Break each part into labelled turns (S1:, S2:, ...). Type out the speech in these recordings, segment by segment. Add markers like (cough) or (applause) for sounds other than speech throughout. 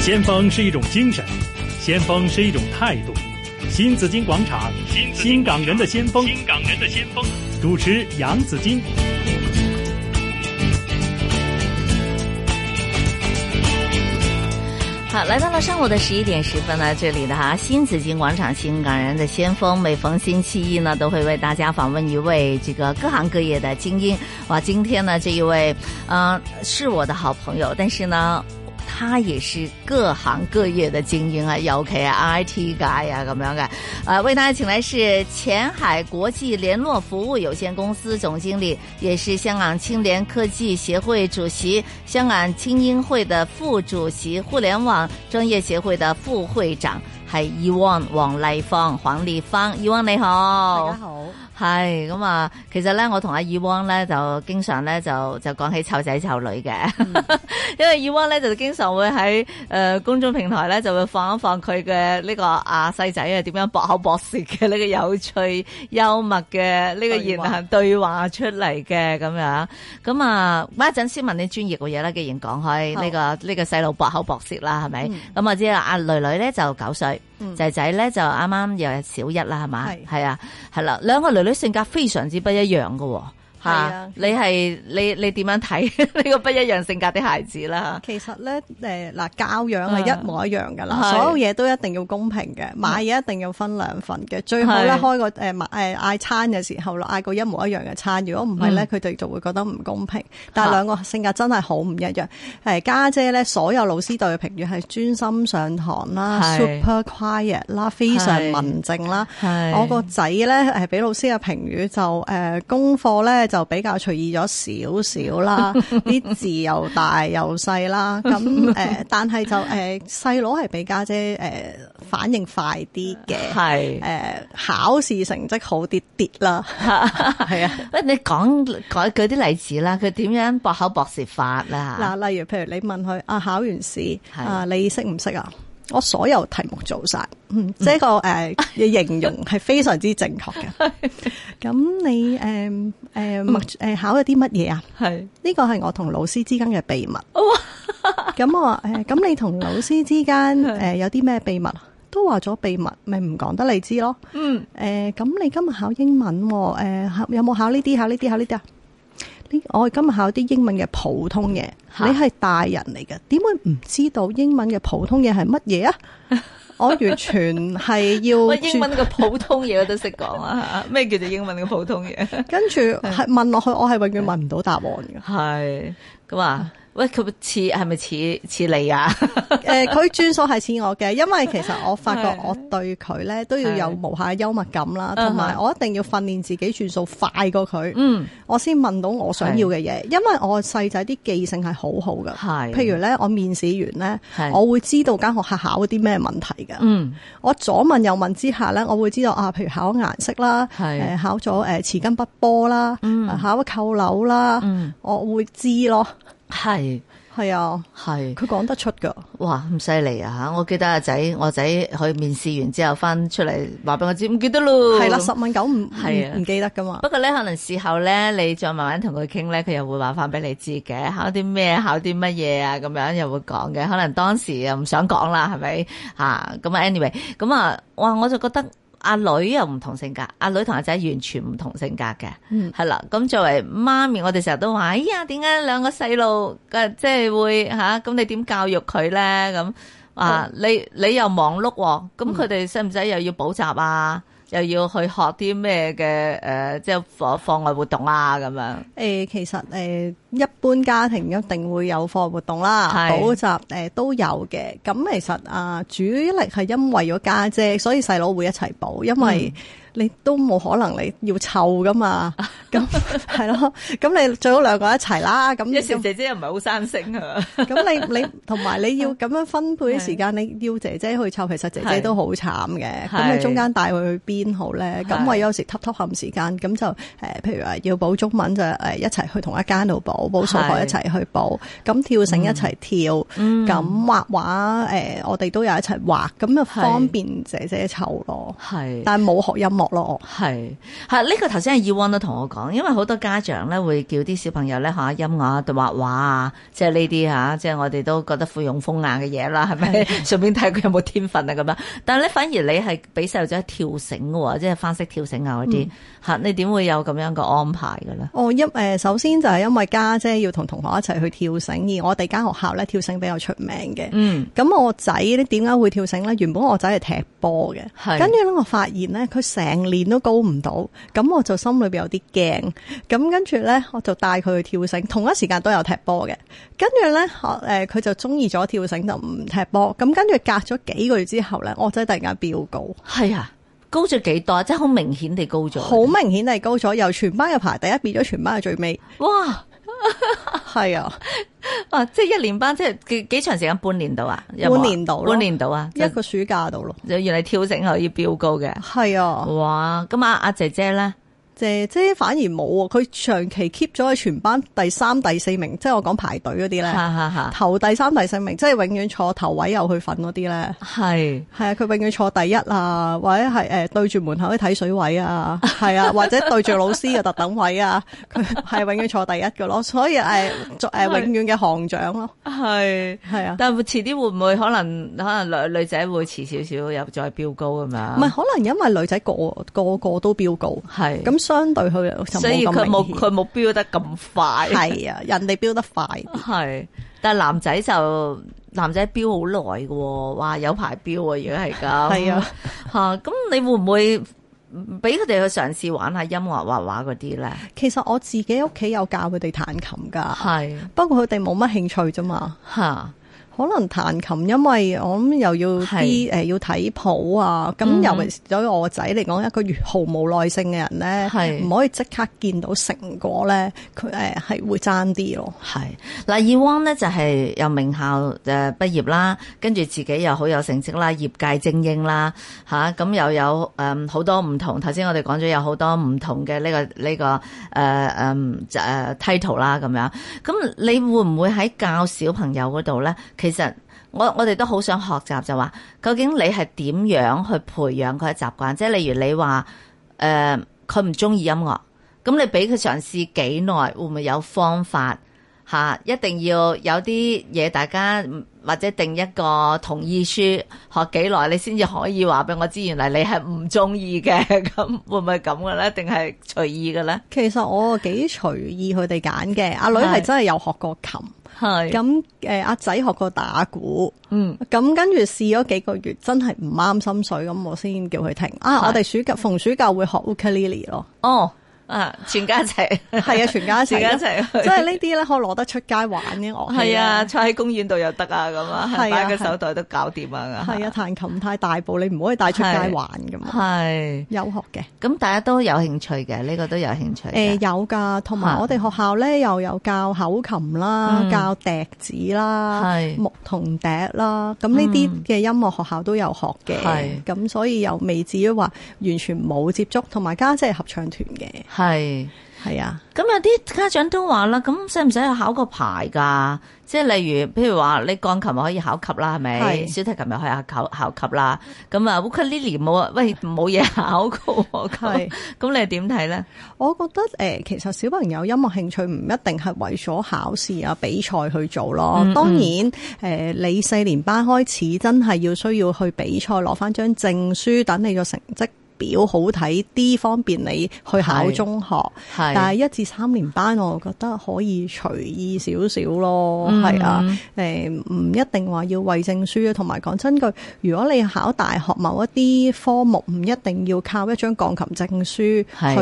S1: 先锋是一种精神，先锋是一种态度。新紫金广场，新港人的先锋，
S2: 新港人的先锋。
S1: 主持杨紫金。
S3: 好，来到了上午的十一点十分呢，这里的哈新紫金广场新港人的先锋，每逢星期一呢，都会为大家访问一位这个各行各业的精英。哇，今天呢，这一位，嗯、是我的好朋友，但是呢。他也是各行各业的精英啊，尤其啊 IT 界啊咁樣嘅。呃，为大家请来是前海国际联络服务有限公司总经理，也是香港青联科技协会主席、香港精英会的副主席、互联网专业协会的副会长，係 Ewan 黃麗芳、黃麗芳，Ewan 你好。
S4: 大家好，
S3: 係咁啊，其實咧，我同阿以汪咧就經常咧就就講起湊仔湊女嘅， (laughs) 因為以汪咧就經常會喺誒、呃公眾平台咧就會放一放佢嘅呢個阿細仔啊點樣駁口駁舌嘅呢個有趣幽默嘅呢個言行對話出嚟嘅咁樣。咁啊，一陣先問你專業嘅嘢啦。既然講開呢、個呢、個細路駁口駁舌啦，係咪？咁、我知啊，阿女女咧就九歲，
S4: 嗯
S3: 仔仔咧就啱啱又係小一啦，係嘛？
S4: 係
S3: 係啊，係啦，兩個女女性格非常之不一樣嘅喎、嚇
S4: 係啊
S3: 你係你你點樣睇 (laughs) 呢個不一樣性格啲孩子啦？
S4: 其實咧，诶嗱，教養係一模一樣噶
S3: 啊係嗯
S4: 啦，所有嘢都一定要公平嘅，買嘢一定要分兩份嘅，最好咧
S3: 係
S4: 開個诶買诶嗌餐嘅時候啦，嗌個一模一樣嘅餐，如果唔係咧，佢哋就會覺得唔公平。但
S3: 嗯嚇
S4: 係兩個性格真係好唔一樣。诶家姐咧，所有老師對佢評語係專心上堂啦
S3: 係
S4: ，super quiet 啦，非常
S3: 係
S4: 文靜啦。
S3: 係
S4: 我個仔咧誒俾老師嘅評語就誒、呃功課咧就比較隨意咗少少啦， (laughs) 啲字又大又細啦。咁誒、呃但係就誒細佬係比家姐誒、呃反應快啲嘅，
S3: 係
S4: 誒、考試成績好啲啲啦， (laughs) 係啊。
S3: 喂，你講舉舉啲例子啦，佢點樣駁口駁舌法啦？
S4: 嗱，例如譬如你問佢啊，考完試
S3: 啊係
S4: 啊，你識唔識啊？我所有題目做晒，嗯，即係個誒嘅形容係非常之正確嘅。咁你誒誒默誒考咗啲乜嘢啊？
S3: 係
S4: 呢個係我同老師之間嘅秘密。咁我話
S3: (laughs)
S4: 誒，咁你同老師之間誒有啲咩秘密啊？都話咗秘密，咪唔講得你知咯。
S3: 嗯，
S4: 誒，咁你今日考英文喎？誒，考有冇考呢啲？考呢啲？考呢啲啊？呢我今日考啲英文嘅普通嘢，
S3: 嚇
S4: 你係大人嚟嘅，點會唔知道英文嘅普通嘢係乜嘢
S3: (laughs)
S4: 啊？我完全係要
S3: 喂，英文嘅普通嘢我都識講啊！ (laughs) 咩叫做英文嘅普通嘢？
S4: 跟住
S3: (laughs)
S4: 係問落去，我係永遠問唔到答案嘅。
S3: 係咁啊！喂，佢似係咪似似你啊？
S4: 誒呃
S3: (laughs)
S4: 佢轉數係似我嘅，因為其實我發覺
S3: 係
S4: 我對佢咧都要有無限嘅幽默感啦，
S3: 嗯
S4: 同埋我一定要訓練自己轉數快過佢，
S3: 嗯，
S4: 我先問到我想要嘅嘢。因為我細仔啲記性係好好嘅，
S3: 係
S4: 譬如咧我面試完
S3: 係
S4: 咧，我會知道間學校考啲咩問題嘅。
S3: 嗯，
S4: 我左問右問之下咧，我會知道啊，譬如考顏色啦，
S3: 係
S4: 誒考咗誒匙羹筆波啦，誒考扣樓啦，
S3: 嗯
S4: 我會知咯。
S3: 係
S4: 係啊，
S3: 係。
S4: 佢講得出㗎。
S3: 哇，咁犀利啊！吓，我記得阿仔，我仔去面試完之後翻出嚟話俾我知，唔記得咯。
S4: 係啦，
S3: 咁
S4: 十問九唔
S3: 嗯係啊
S4: 唔唔記得噶嘛
S3: 不。過咧，可能事後咧，你再慢慢同佢傾咧，佢又會話翻俾你知嘅，考啲咩，考啲乜嘢啊，咁樣又會講嘅。可能當時又唔想講啦，係 (laughs) 咪啊？咁啊，anyway，咁啊，哇，我就覺得。阿女又唔同性格，阿女同阿仔完全唔同性格嘅，
S4: 嗯
S3: 係啦、咁作為媽咪，我哋成日都話：哎呀，點解兩個細路嘅即係會吓？咁、你點教育佢咧？咁啊，你你又忙碌喎、咁佢哋使唔使又要補習啊？又要去學啲咩嘅誒，即係課課外活動啊咁樣。
S4: 誒、其實誒、一般家庭一定會有課外活動啦，
S3: 係
S4: 補習誒、都有嘅。咁其實啊、主力係因為咗家姐所以細佬會一齊補，因為
S3: 嗯
S4: 你都冇可能你要湊噶嘛。
S3: (laughs)
S4: 咁係咯，咁你最好兩個一齊啦。咁
S3: 一時姐姐又唔係好生性啊，
S4: 咁你你同埋你要咁樣分配啲時間，你要姐姐去湊，其實姐姐都好慘嘅。咁
S3: 係
S4: 你中間帶佢去邊好咧？
S3: 係
S4: 咁我有時揼揼冚時間，咁就誒，譬如話要補中文就誒一齊去同一間度補。補，補數學一齊去補，咁跳繩
S3: 嗯
S4: 一齊跳，咁畫畫誒我哋都有一齊畫，咁就方便姐姐湊咯。
S3: 係。
S4: 但係冇學音樂咯，我
S3: 係吓呢個頭先係以往都同我講，因為好多家長咧會叫啲小朋友咧學下音樂啊、對畫畫啊，即係呢啲吓，即係我哋都覺得附庸風雅嘅嘢啦，係咪？順便睇佢有冇天分啊咁樣。但係咧反而你係俾細路仔跳繩喎，即係翻式跳繩啊嗰啲吓，你點會有咁樣嘅安排嘅咧？
S4: 哦，因誒、呃首先就係因為家姐要同同學一齊去跳繩，而我哋間學校咧跳繩比較出名嘅。
S3: 嗯，
S4: 咁我仔咧點解會跳繩咧？原本我仔係踢波嘅，
S3: 係
S4: 跟住咧我發現咧佢成年都高唔到，咁我就心裏邊有啲驚。咁跟住咧我就帶佢去跳繩，同一時間都有踢波嘅。跟住咧誒佢就中意咗跳繩就唔踢波。咁跟住隔咗幾個月之後咧，我仔突然間飆高。
S3: 係啊，高咗幾多啊？即係好明顯地高咗。
S4: 好明顯係高咗，由全班嘅排第一變咗全班嘅最尾，
S3: 哇！
S4: 係啊，
S3: 啊，即係一年班，即係幾幾長時間？半年到啊？有冇啊
S4: 半年到咯
S3: 半年到啊！
S4: 一個暑假度咯，
S3: 就原來跳繩可以飆高嘅。
S4: 係啊。
S3: 哇！咁啊，阿姐姐咧，
S4: 姐姐反而冇喎，佢長期 keep 咗喺全班第三、第四名，即係我講排隊嗰啲
S3: 吓
S4: 咧，
S3: 吓吓，
S4: 頭第三、第四名，即係永遠坐頭位又去瞓嗰啲咧。
S3: 係
S4: 係啊，佢永遠坐第一啊，或者係誒、呃、對住門口啲睇水
S3: (laughs)
S4: 位啊，係啊，或者對住老師嘅特等位啊，佢係永遠坐第一嘅咯。所以誒做誒
S3: 係
S4: 永遠嘅行長咯，
S3: 係。
S4: 係啊。
S3: 但係遲啲會唔會可能可能女女仔會遲少少又再飆高咁樣？
S4: 唔係，可能因為女仔個個個都飆高，
S3: 係
S4: 咁相對佢就
S3: 所以
S4: 冇
S3: 佢
S4: 咁
S3: 冇
S4: 明
S3: 佢
S4: 顯。
S3: 冇飆得咁快。
S4: 係啊，人哋飆得快啲。
S3: 係但係男仔就男仔飆好耐嘅喎，哇有排飆啊！如果係咁，
S4: 係啊
S3: (laughs) 嚇咁你會唔會俾佢哋去嘗試玩下音樂、畫畫嗰啲咧？
S4: 其實我自己屋企有教佢哋彈琴㗎，
S3: 係
S4: 不過佢哋冇乜興趣啫嘛。
S3: 嚇。
S4: 可能彈琴，因為我諗又要
S3: 係
S4: 啲誒、呃要睇譜啊，咁
S3: 嗯
S4: 尤其是對於我仔嚟講，一個越毫無耐性嘅人
S3: 係
S4: 咧，唔可以即刻見到成果咧，佢誒係會爭啲咯。
S3: 係嗱，以往呢就係由名校誒畢業啦，跟住自己又好有成績啦，業界精英啦，吓咁又有誒好多唔同。頭先我哋講咗有好多唔同嘅呢個呢個呃誒誒誒呃 title 啦咁樣。咁你會唔會喺教小朋友嗰度呢？其實我我哋都好想學習就話，究竟你係點樣去培養佢嘅習慣？即係例如你話誒佢唔中意音樂，咁你俾佢嘗試幾耐，會唔會有方法？吓、一定要有啲嘢，大家嗯或者定一個同意書，學幾耐你先至可以話俾我知，原來你係唔中意嘅， (laughs) 咁會唔會咁嘅咧？定係隨意嘅咧？
S4: 其實我幾隨意佢哋揀嘅，阿女
S3: 係
S4: 係真係有學過琴，
S3: 係，
S4: 咁誒阿仔學過打鼓。
S3: 嗯，
S4: 咁跟住試咗幾個月，真係唔啱心水，咁我先叫佢停。啊，
S3: 係
S4: 我哋暑假逢暑假會學 ukulele 咯，
S3: 哦，啊，全家一齊， (laughs)
S4: 係啊，全家一齊
S3: 全家一齊去，
S4: 即係呢啲咧可以攞得出街玩嘅樂器
S3: 係啊，，坐喺公園度又得啊，咁啊，
S4: 係啊
S3: 擺個手袋都搞掂啊，
S4: 係啊，彈琴太大步，你唔可以帶出街玩噶嘛。
S3: 係，
S4: 有學嘅，
S3: 咁大家都有興趣嘅，呢、個都有興趣
S4: 誒、
S3: 嘅，
S4: 有㗎，同
S3: 嚇
S4: 埋我哋學校咧又有教口琴啦、
S3: 嗯
S4: 教笛子啦
S3: 係、嗯
S4: 牧童笛啦，咁呢啲嘅音樂學校都有學嘅
S3: 係，
S4: 咁所以又未至於話完全冇接觸，同埋家姐係合唱團嘅，
S3: 係。
S4: 係啊。
S3: 咁有啲家長都話啦，咁使唔使去考個牌㗎？即係例如，譬如話你鋼琴可以考級啦，係咪？
S4: 係
S3: 小提琴又可以考考級啦。咁啊，ukulele 冇啊，喂冇嘢考嘅喎。咁
S4: 係
S3: 咁你係點睇咧？
S4: 我覺得誒、呃其實小朋友音樂興趣唔一定係為咗考試啊比賽去做咯。
S3: 嗯
S4: 當然誒、呃你四年班開始真係要需要去比賽攞翻張證書，等你個成績表好睇啲，方便你去考
S3: 係
S4: 中學。但係
S3: 係
S4: 一至三年班，我覺得可以隨意少少咯，
S3: 嗯
S4: 係、啊，誒、唔一定話要為證書啊，同埋講真句，如果你考大學某一啲科目，唔一定要靠一張鋼琴證
S3: 係
S4: 書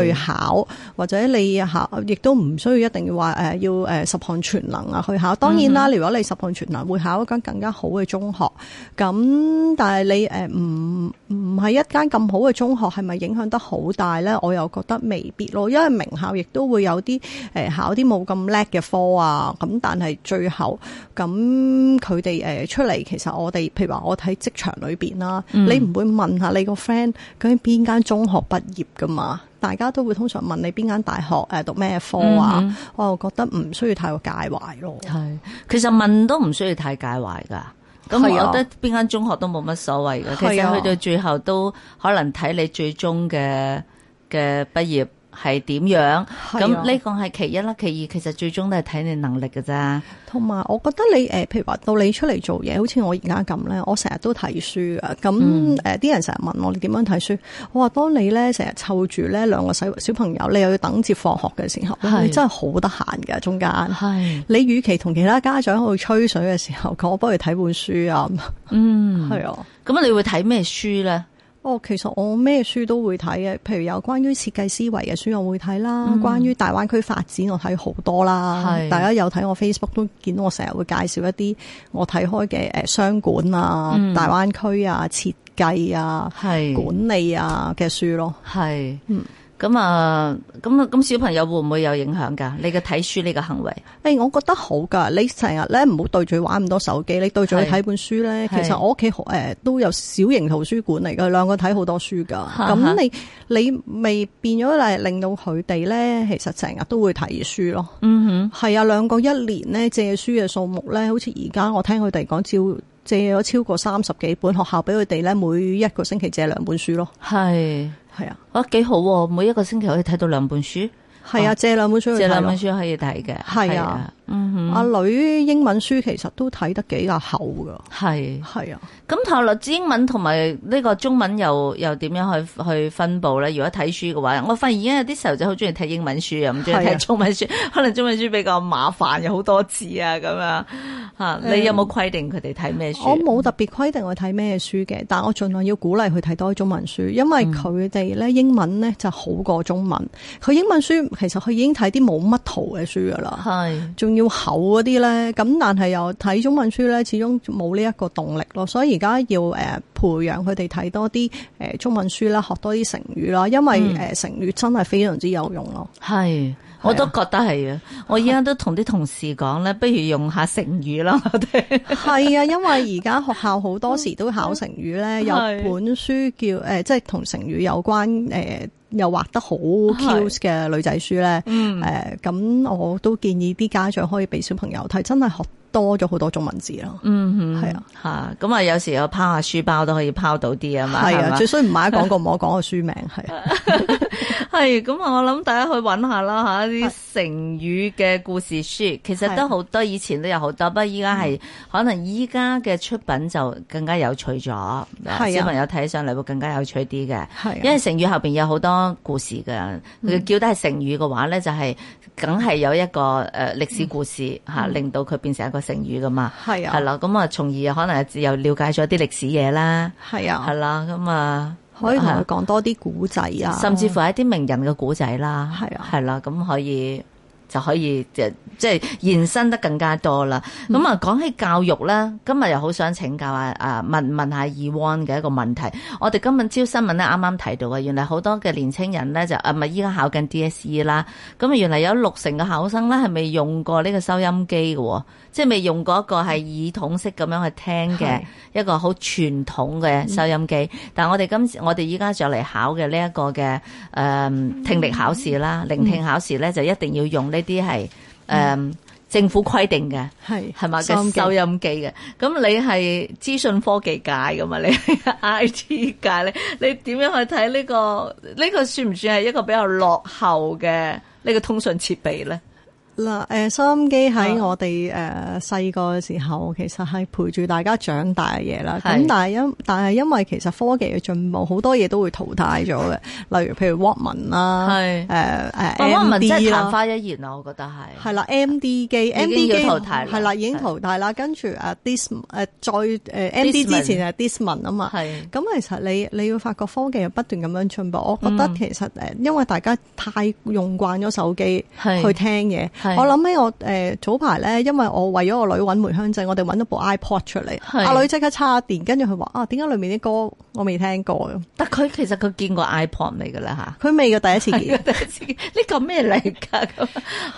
S4: 去考，或者你考亦都唔需要一定要話誒、要誒、十項全能啊去考。當然啦，
S3: 嗯
S4: 如果你十項全能，會考一間更加好嘅中學。咁但係你誒唔唔係一間咁好嘅中學，係咪影響得好大咧？我又覺得未必咯，因為名校亦都會有啲誒、呃考啲冇咁叻嘅科啊。咁但係最後咁佢哋誒出嚟，其實我哋譬如話我喺職
S3: 嗯
S4: 場裏邊啦，你唔會問下你個 friend 究竟邊間中學畢業噶嘛？大家都會通常問你邊間大學誒、呃讀咩科啊，
S3: 嗯
S4: 我又覺得唔需要太過介懷咯。
S3: 系，其實問都唔需要太介懷㗎。咁
S4: 係啊
S3: 有得邊間中學都冇乜所謂㗎。其
S4: 係啊
S3: 實去到最後都可能睇你最終嘅嘅畢業係點樣。咁
S4: 係啊
S3: 呢個係其一啦，其二其實最終都係睇你能力㗎咋。
S4: 同埋，我覺得你誒、呃譬如話到你出嚟做嘢，好似我而家咁咧，我成日都睇書嘅。
S3: 嗯
S4: 咁誒啲人成日問我你點樣睇書，我話當你咧成日湊住咧兩個細小朋友，你又要等接放學嘅時候，
S3: 係
S4: 你真係好得閒嘅中間。
S3: 係，
S4: 你與其同其他家長去吹水嘅時候，我不如睇本書啊。
S3: 嗯，
S4: 係啊，
S3: 咁你會睇咩書咧？
S4: 哦，其實我咩書都會睇嘅，譬如有關於設計思維嘅書我會睇啦，關於大灣區發展我睇好多啦
S3: 嗯係。
S4: 大家有睇我 Facebook 都見到我成日會介紹一啲我睇開嘅誒商管啊、
S3: 嗯
S4: 大灣區啊、設計啊、
S3: 係
S4: 管理啊嘅書咯。
S3: 係，咁啊，咁啊，咁小朋友會唔會有影響㗎？你嘅睇書呢個行為，
S4: 誒、我覺得好㗎，你成日咧唔好對住佢玩咁多手機，你對住佢
S3: 係
S4: 睇本書咧，其
S3: 係
S4: 實我屋企好誒都有小型圖書館嚟㗎，兩個睇好多書㗎。
S3: 哈哈
S4: 咁你你咪變咗係令到佢哋咧，其實成日都會睇書咯。
S3: 嗯哼。
S4: 係啊，兩個一年咧借書嘅數目咧，好似而家我聽佢哋講，照借咗超過三十幾本，學校俾佢哋咧每一個星期借兩本書咯。
S3: 係，
S4: 係啊，
S3: 啊幾好喎、每一個星期可以睇到兩本書，
S4: 係啊，
S3: 哦
S4: 借兩本書去
S3: 借
S4: 睇
S3: 兩本
S4: 咯。
S3: 書可以睇嘅。
S4: 係啊，
S3: 嗯哼，
S4: 阿女英文書其實都睇得幾啊厚㗎，
S3: 係。
S4: 係啊。
S3: 咁頭律英文同埋呢個中文又又點樣去去分佈咧？如果睇書嘅話，我發現而家有啲細路仔好中意睇英文書啊，唔中意
S4: 係
S3: 睇
S4: 啊
S3: 中文書， (laughs) 可能中文書比較麻煩，有好多字啊咁樣嚇。你有冇規定佢哋睇咩書？啊
S4: 我冇特別規定我睇咩書嘅，但我盡量要鼓勵佢睇多啲中文書，因為佢哋咧英文咧就好過中文。佢英文書其實佢已經睇啲冇乜圖嘅書噶啦，
S3: 係
S4: 仲要厚嗰啲咧。咁但係又睇中文書咧，始終冇呢一個動力咯。所以而家要誒、呃培養佢哋睇多啲誒、呃中文書啦，學多啲成語啦，因為誒、呃成語真係非常之有用咯。
S3: 係。我都覺得係啊！我而家都同啲同事講咧，不如用下成語啦，我哋
S4: 係啊，因為而家學校好多時都考成語咧，有
S3: 嗯係
S4: 本書叫誒、呃即係同成語有關誒、呃又畫得好 cute 嘅女仔書咧。
S3: 嗯
S4: 誒咁、我都建議啲家長可以俾小朋友睇，真係學多咗好多中文字咯。
S3: 嗯哼，
S4: 係啊
S3: 啊，吓咁啊，有時我拋下書包都可以拋到啲啊嘛，
S4: 係
S3: 係
S4: 啊，
S3: 嘛
S4: 最衰唔買廣告，唔好講個書
S3: (laughs)
S4: 名係。啊 (laughs)
S3: 係咁啊，我諗大家去揾下啦吓，啲成語嘅故事書，其實都好多，以前都有好多，不過依家
S4: 嗯
S3: 係可能依家嘅出品就更加有趣咗，
S4: 啊
S3: 小朋友睇上嚟會更加有趣啲嘅。因
S4: 係
S3: 為
S4: 啊，嗯
S3: 成語後邊有好多故事嘅，佢叫得係成語嘅話咧，就係梗係有一個誒歷史故事嚇，令到佢變成一個成語噶嘛。
S4: 嗯係
S3: 係
S4: 啊，
S3: 啦，咁啊，從而可能又了解咗啲歷史嘢啦，
S4: 係
S3: 係
S4: 啊，
S3: 啦，咁啊，
S4: 可以同佢
S3: 啊
S4: 講多啲古仔啊，
S3: 甚至乎係一啲名人嘅古仔啦，
S4: 係啊
S3: 係啦，咁可以就可以即即係延伸得更加多啦。
S4: 嗯
S3: 咁啊，講起教育咧，今日又好想請教啊啊問問下 Ewan 嘅一個問題。我哋今日朝新聞咧啱啱提到嘅，原來好多嘅年青人咧就啊咪依家考緊 DSE 啦，咁啊原來有六成嘅考生咧係未用過呢個收音機嘅喎，即係未用過一個係耳筒式咁樣去聽嘅
S4: 係
S3: 一個好傳統嘅收音機。但係我哋今次我哋依家就嚟考嘅呢一個嘅誒、聽力考試啦、聆聽考試咧，就一定要用呢啲係誒政府規定嘅。
S4: 係
S3: 係嘛嘅
S4: 收音機
S3: 收音機嘅，咁你係資訊科技界噶嘛？你 (laughs) I T 界咧，你點樣去睇呢、個呢、個算唔算係一個比較落後嘅呢個通訊設備咧？
S4: 嗱，誒收音機喺
S3: 啊
S4: 我哋誒細個嘅時候，其實係陪住大家長大嘅嘢啦。
S3: 係
S4: 咁但係因但係因為其實科技嘅進步，好多嘢都會淘汰咗嘅，例如譬如 Walkman 啦，
S3: 係
S4: 誒
S3: 哇
S4: 誒
S3: 汪文真
S4: MD
S3: 係曇
S4: 啦。
S3: 花一現啊！我覺得係
S4: 啊係啦，MD 機
S3: 經
S4: ，MD
S3: 要
S4: 機
S3: 淘汰啦
S4: 係啦，已經
S3: 係
S4: 淘汰啦。跟住誒 Dis 誒再誒 MD
S3: Discman
S4: 之前係 Discman 啊嘛，
S3: 係
S4: 咁其實你你要發覺科技係不斷咁樣進步，我覺得
S3: 嗯
S4: 其實誒，因為大家太用慣咗手機
S3: 係
S4: 去聽嘢，
S3: 係係
S4: 我諗起我誒早排咧，因為我為咗我女揾梅香仔，我哋揾咗部 iPod 出嚟，
S3: 係
S4: 阿女即刻插電，跟住佢話啊，點解裏面啲歌我未聽過嘅？
S3: 但佢其實佢見過 iPod 嚟㗎啦吓。
S4: 佢未嘅第一次見。
S3: (laughs) 呢個咩嚟㗎？咁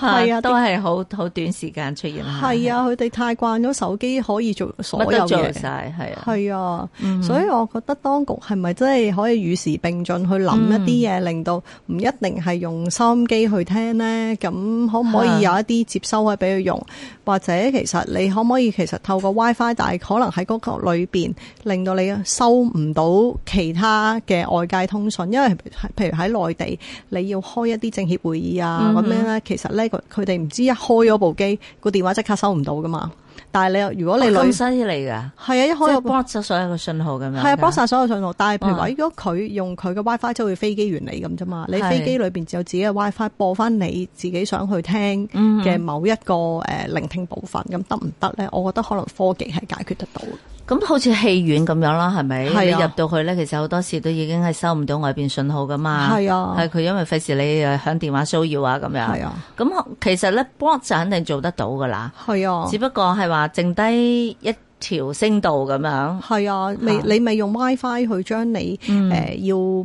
S4: 係啊
S3: 都係好好短時間出現啦。
S4: 係啊，佢哋太慣咗手機可以做所
S3: 乜
S4: 有
S3: 都做
S4: 嘢。
S3: 晒，係啊，
S4: 係啊，所以我覺得當局係咪真係可以與時並進去諗一啲嘢，令到唔
S3: 嗯
S4: 一定係用收音機去聽呢？咁可唔可以有一啲接收位俾佢用？或者其實你可唔可以其實透過 WiFi，但係可能喺嗰個裏邊令到你收唔到其他嘅外界通訊，因為譬如喺內地你要開一啲政協會議啊
S3: 嗯
S4: 咁樣咧，其實咧佢佢哋唔知一開咗部機個電話即刻收唔到噶嘛。但係你如果你
S3: 哦咁
S4: 女
S3: 犀利㗎，
S4: 係啊，一
S3: 即
S4: 開
S3: 係
S4: 咗部
S3: block 咗所有嘅信號咁樣㗎。
S4: 係啊，block 嗯晒所有信號。但係譬如話，
S3: 哇
S4: 如果佢用佢嘅 WiFi，即係好似飛機原理咁啫嘛。你
S3: 係
S4: 飛機裏邊只有自己嘅 WiFi 播翻你自己想去聽
S3: 嗯
S4: 嘅某一個誒聆聽部分，咁得唔得咧？我覺得可能科技係解決得到嘅。
S3: 咁好似戲院咁樣啦，係咪？
S4: 係啊
S3: 你入到去咧，其實好多時都已經係收唔到外邊信號噶嘛。
S4: 係啊
S3: 係佢因為費事你誒響電話騷擾啊咁樣。
S4: 係啊，
S3: 咁其實咧 block 就肯定做得到噶啦，
S4: 係啊
S3: 只。不過係話剩低一條聲道咁樣。嗯
S4: 係啊，你你咪用 WiFi 去將你誒、呃要誒誒、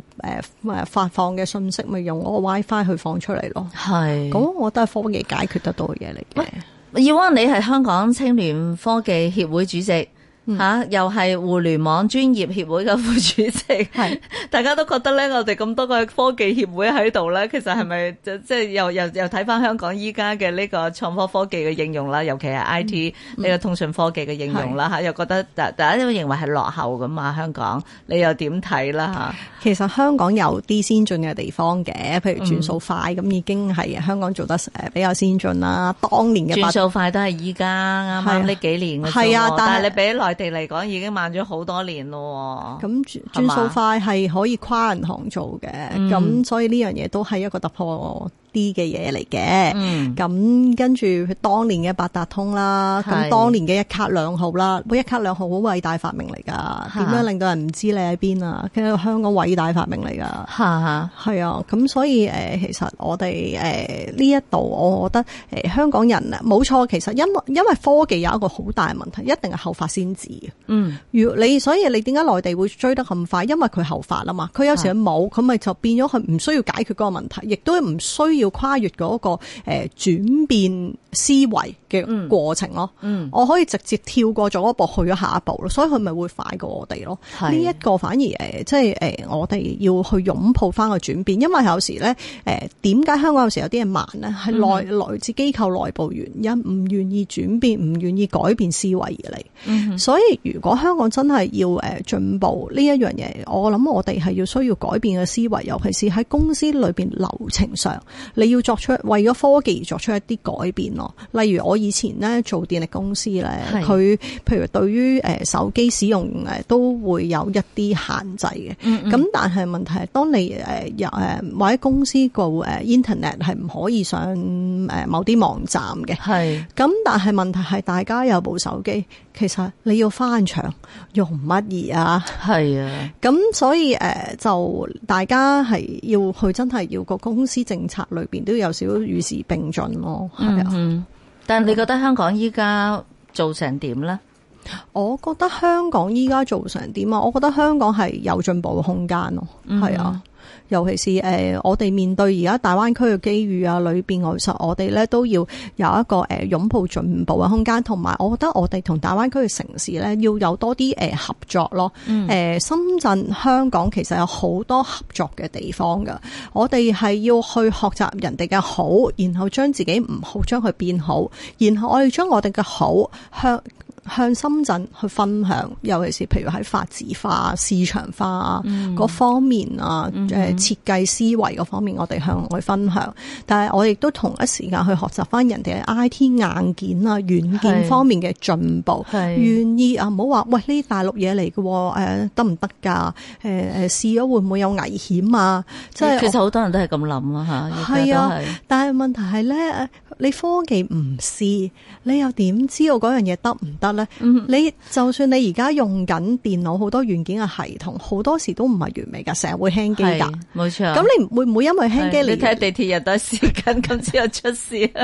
S4: 呃、發放嘅信息，咪用嗰個 WiFi 去放出嚟咯。
S3: 係。
S4: 咁我覺得係科技解決得到嘅嘢嚟嘅。
S3: 耀安，你係香港青聯科技協會主席。
S4: 嗯
S3: 吓、又係互聯網專業協會嘅副主席，
S4: 係
S3: (laughs) 大家都覺得咧，我哋咁多個科技協會喺度咧，其實係咪即即係又又又睇翻香港依家嘅呢個創科科技嘅應用啦，尤其係 I T 呢個通訊科技嘅應用啦吓，又覺得大大家都認為係落後噶嘛，香港你又點睇啦
S4: 其實香港有啲先進嘅地方嘅，譬如
S3: 嗯
S4: 轉數快咁、已經係呃香港做得誒比較先進啦。當年
S3: 吓？
S4: 嘅八
S3: 轉數快都係依家啱啱呢幾年嘅啫喎，
S4: 係啊但係
S3: 但係你比起內地嚟講已經慢咗好多年咯喎。
S4: 咁轉
S3: 係嘛嗯
S4: 轉數快係可以跨銀行做嘅，咁、所以呢樣嘢都係一個突破啲嘅嘢嚟嘅。
S3: 嗯
S4: 咁、跟住當年嘅八達通啦，
S3: 係
S4: 咁當年嘅一卡兩號啦，喂一卡兩號好偉大發明嚟㗎，點樣令到人唔知你喺邊啊？跟住香港偉大發明嚟㗎。
S3: 吓吓。
S4: 係啊，咁所以誒、呃其實我哋誒呢一度，我覺得誒、呃香港人啊，冇錯，其實因為因為科技有一個好大嘅問題，一定係後發先至嘅。
S3: 嗯，
S4: 如你所以你點解內地會追得咁快？因為佢後發啊嘛，佢有時佢冇，佢咪就變咗佢唔需要解決嗰個問題，亦都唔需要跨越嗰、個誒、呃、轉變思維嘅過程咯。
S3: 嗯
S4: 我可以直接跳過咗一步去咗下一步咯，所以佢咪會快過我哋咯。
S3: 係
S4: 呢一個反而誒、呃即係誒、呃我哋要去擁抱翻個轉變，因為有時咧誒點解香港有時有啲嘢慢咧，係內來自機構內部原因，唔願意轉變，唔願意改變思維而嚟。所以如果香港真係要誒進步呢一樣嘢，我諗我哋係要需要改變嘅思維，尤其是喺公司裏邊流程上，你要作出為咗科技而作出一啲改變咯。例如我以前咧做電力公司咧，
S3: 係
S4: 佢譬如對於誒手機使用誒都會有一啲限制嘅。咁、但係問題係，當你誒有誒或者公司個誒 internet 係唔可以上誒某啲網站嘅。
S3: 係
S4: 咁但係問題係大家有部手機，其實你要翻牆用乜嘢啊？
S3: 係啊，
S4: 咁所以誒、呃就大家係要去真係要個公司政策裏邊都有少少與時並進咯，係啊。
S3: 嗯，但係你覺得香港依家做成點咧？
S4: 我覺得香港依家做成點啊？我覺得香港係有進步嘅空間咯，
S3: 嗯
S4: 係啊。尤其是誒、呃我哋面對而家大灣區嘅機遇啊，裏邊我其實我哋咧都要有一個誒、呃、擁抱進步嘅空間，同埋我覺得我哋同大灣區嘅城市咧要有多啲誒、呃合作咯。誒、深圳、香港其實有好多合作嘅地方㗎，我哋係要去學習人哋嘅好，然後將自己唔好將佢變好，然後我哋將我哋嘅好向向深圳去分享，尤其是譬如喺法治化啊、市場化啊
S3: 嗯
S4: 嗰、方面啊，誒、設計思維嗰方面，我哋向外分享。但係我亦都同一時間去學習翻人哋嘅 I T 硬件啊、軟件
S3: 係
S4: 方面嘅進步，
S3: 嗯係
S4: 願意啊，唔好話喂呢啲大陸嘢嚟嘅喎，誒得唔得㗎？誒誒試咗會唔會有危險啊？即係
S3: 其
S4: 我
S3: 實好多人都係咁諗啊吓，
S4: 係啊
S3: 而家
S4: 但係問題係咧，你科技唔試，你又點知道嗰樣嘢得唔得咧，
S3: 嗯
S4: 你就算你而家用緊電腦好多軟件嘅系統，好多時都唔係完美㗎，成日會輕機
S3: 係
S4: 㗎。
S3: 冇錯。
S4: 咁你唔會唔會因為輕機
S3: 係你啊
S4: 而
S3: 睇下地鐵又多時 (laughs) 間，咁之後出事啊！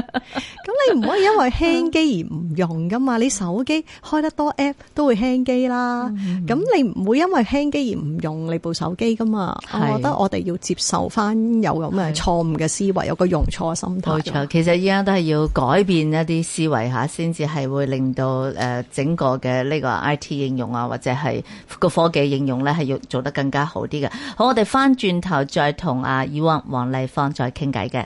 S4: 咁你唔可以因為輕機而唔用噶嘛？你手機開得多 app 都會輕機啦。
S3: 嗯
S4: 咁、你唔會因為輕機而唔用你部手機噶嘛？
S3: 係
S4: 我覺得我哋要接受翻有咁嘅錯誤嘅思維，有個用錯嘅心態。
S3: 冇錯，其實依家都係要改變一啲思維嚇，先至係會令到誒、呃整個嘅呢個 I T 應用啊，或者係個科技應用咧，係要做得更加好啲嘅。好，我哋翻轉頭再同阿以往黃麗芳再傾偈嘅。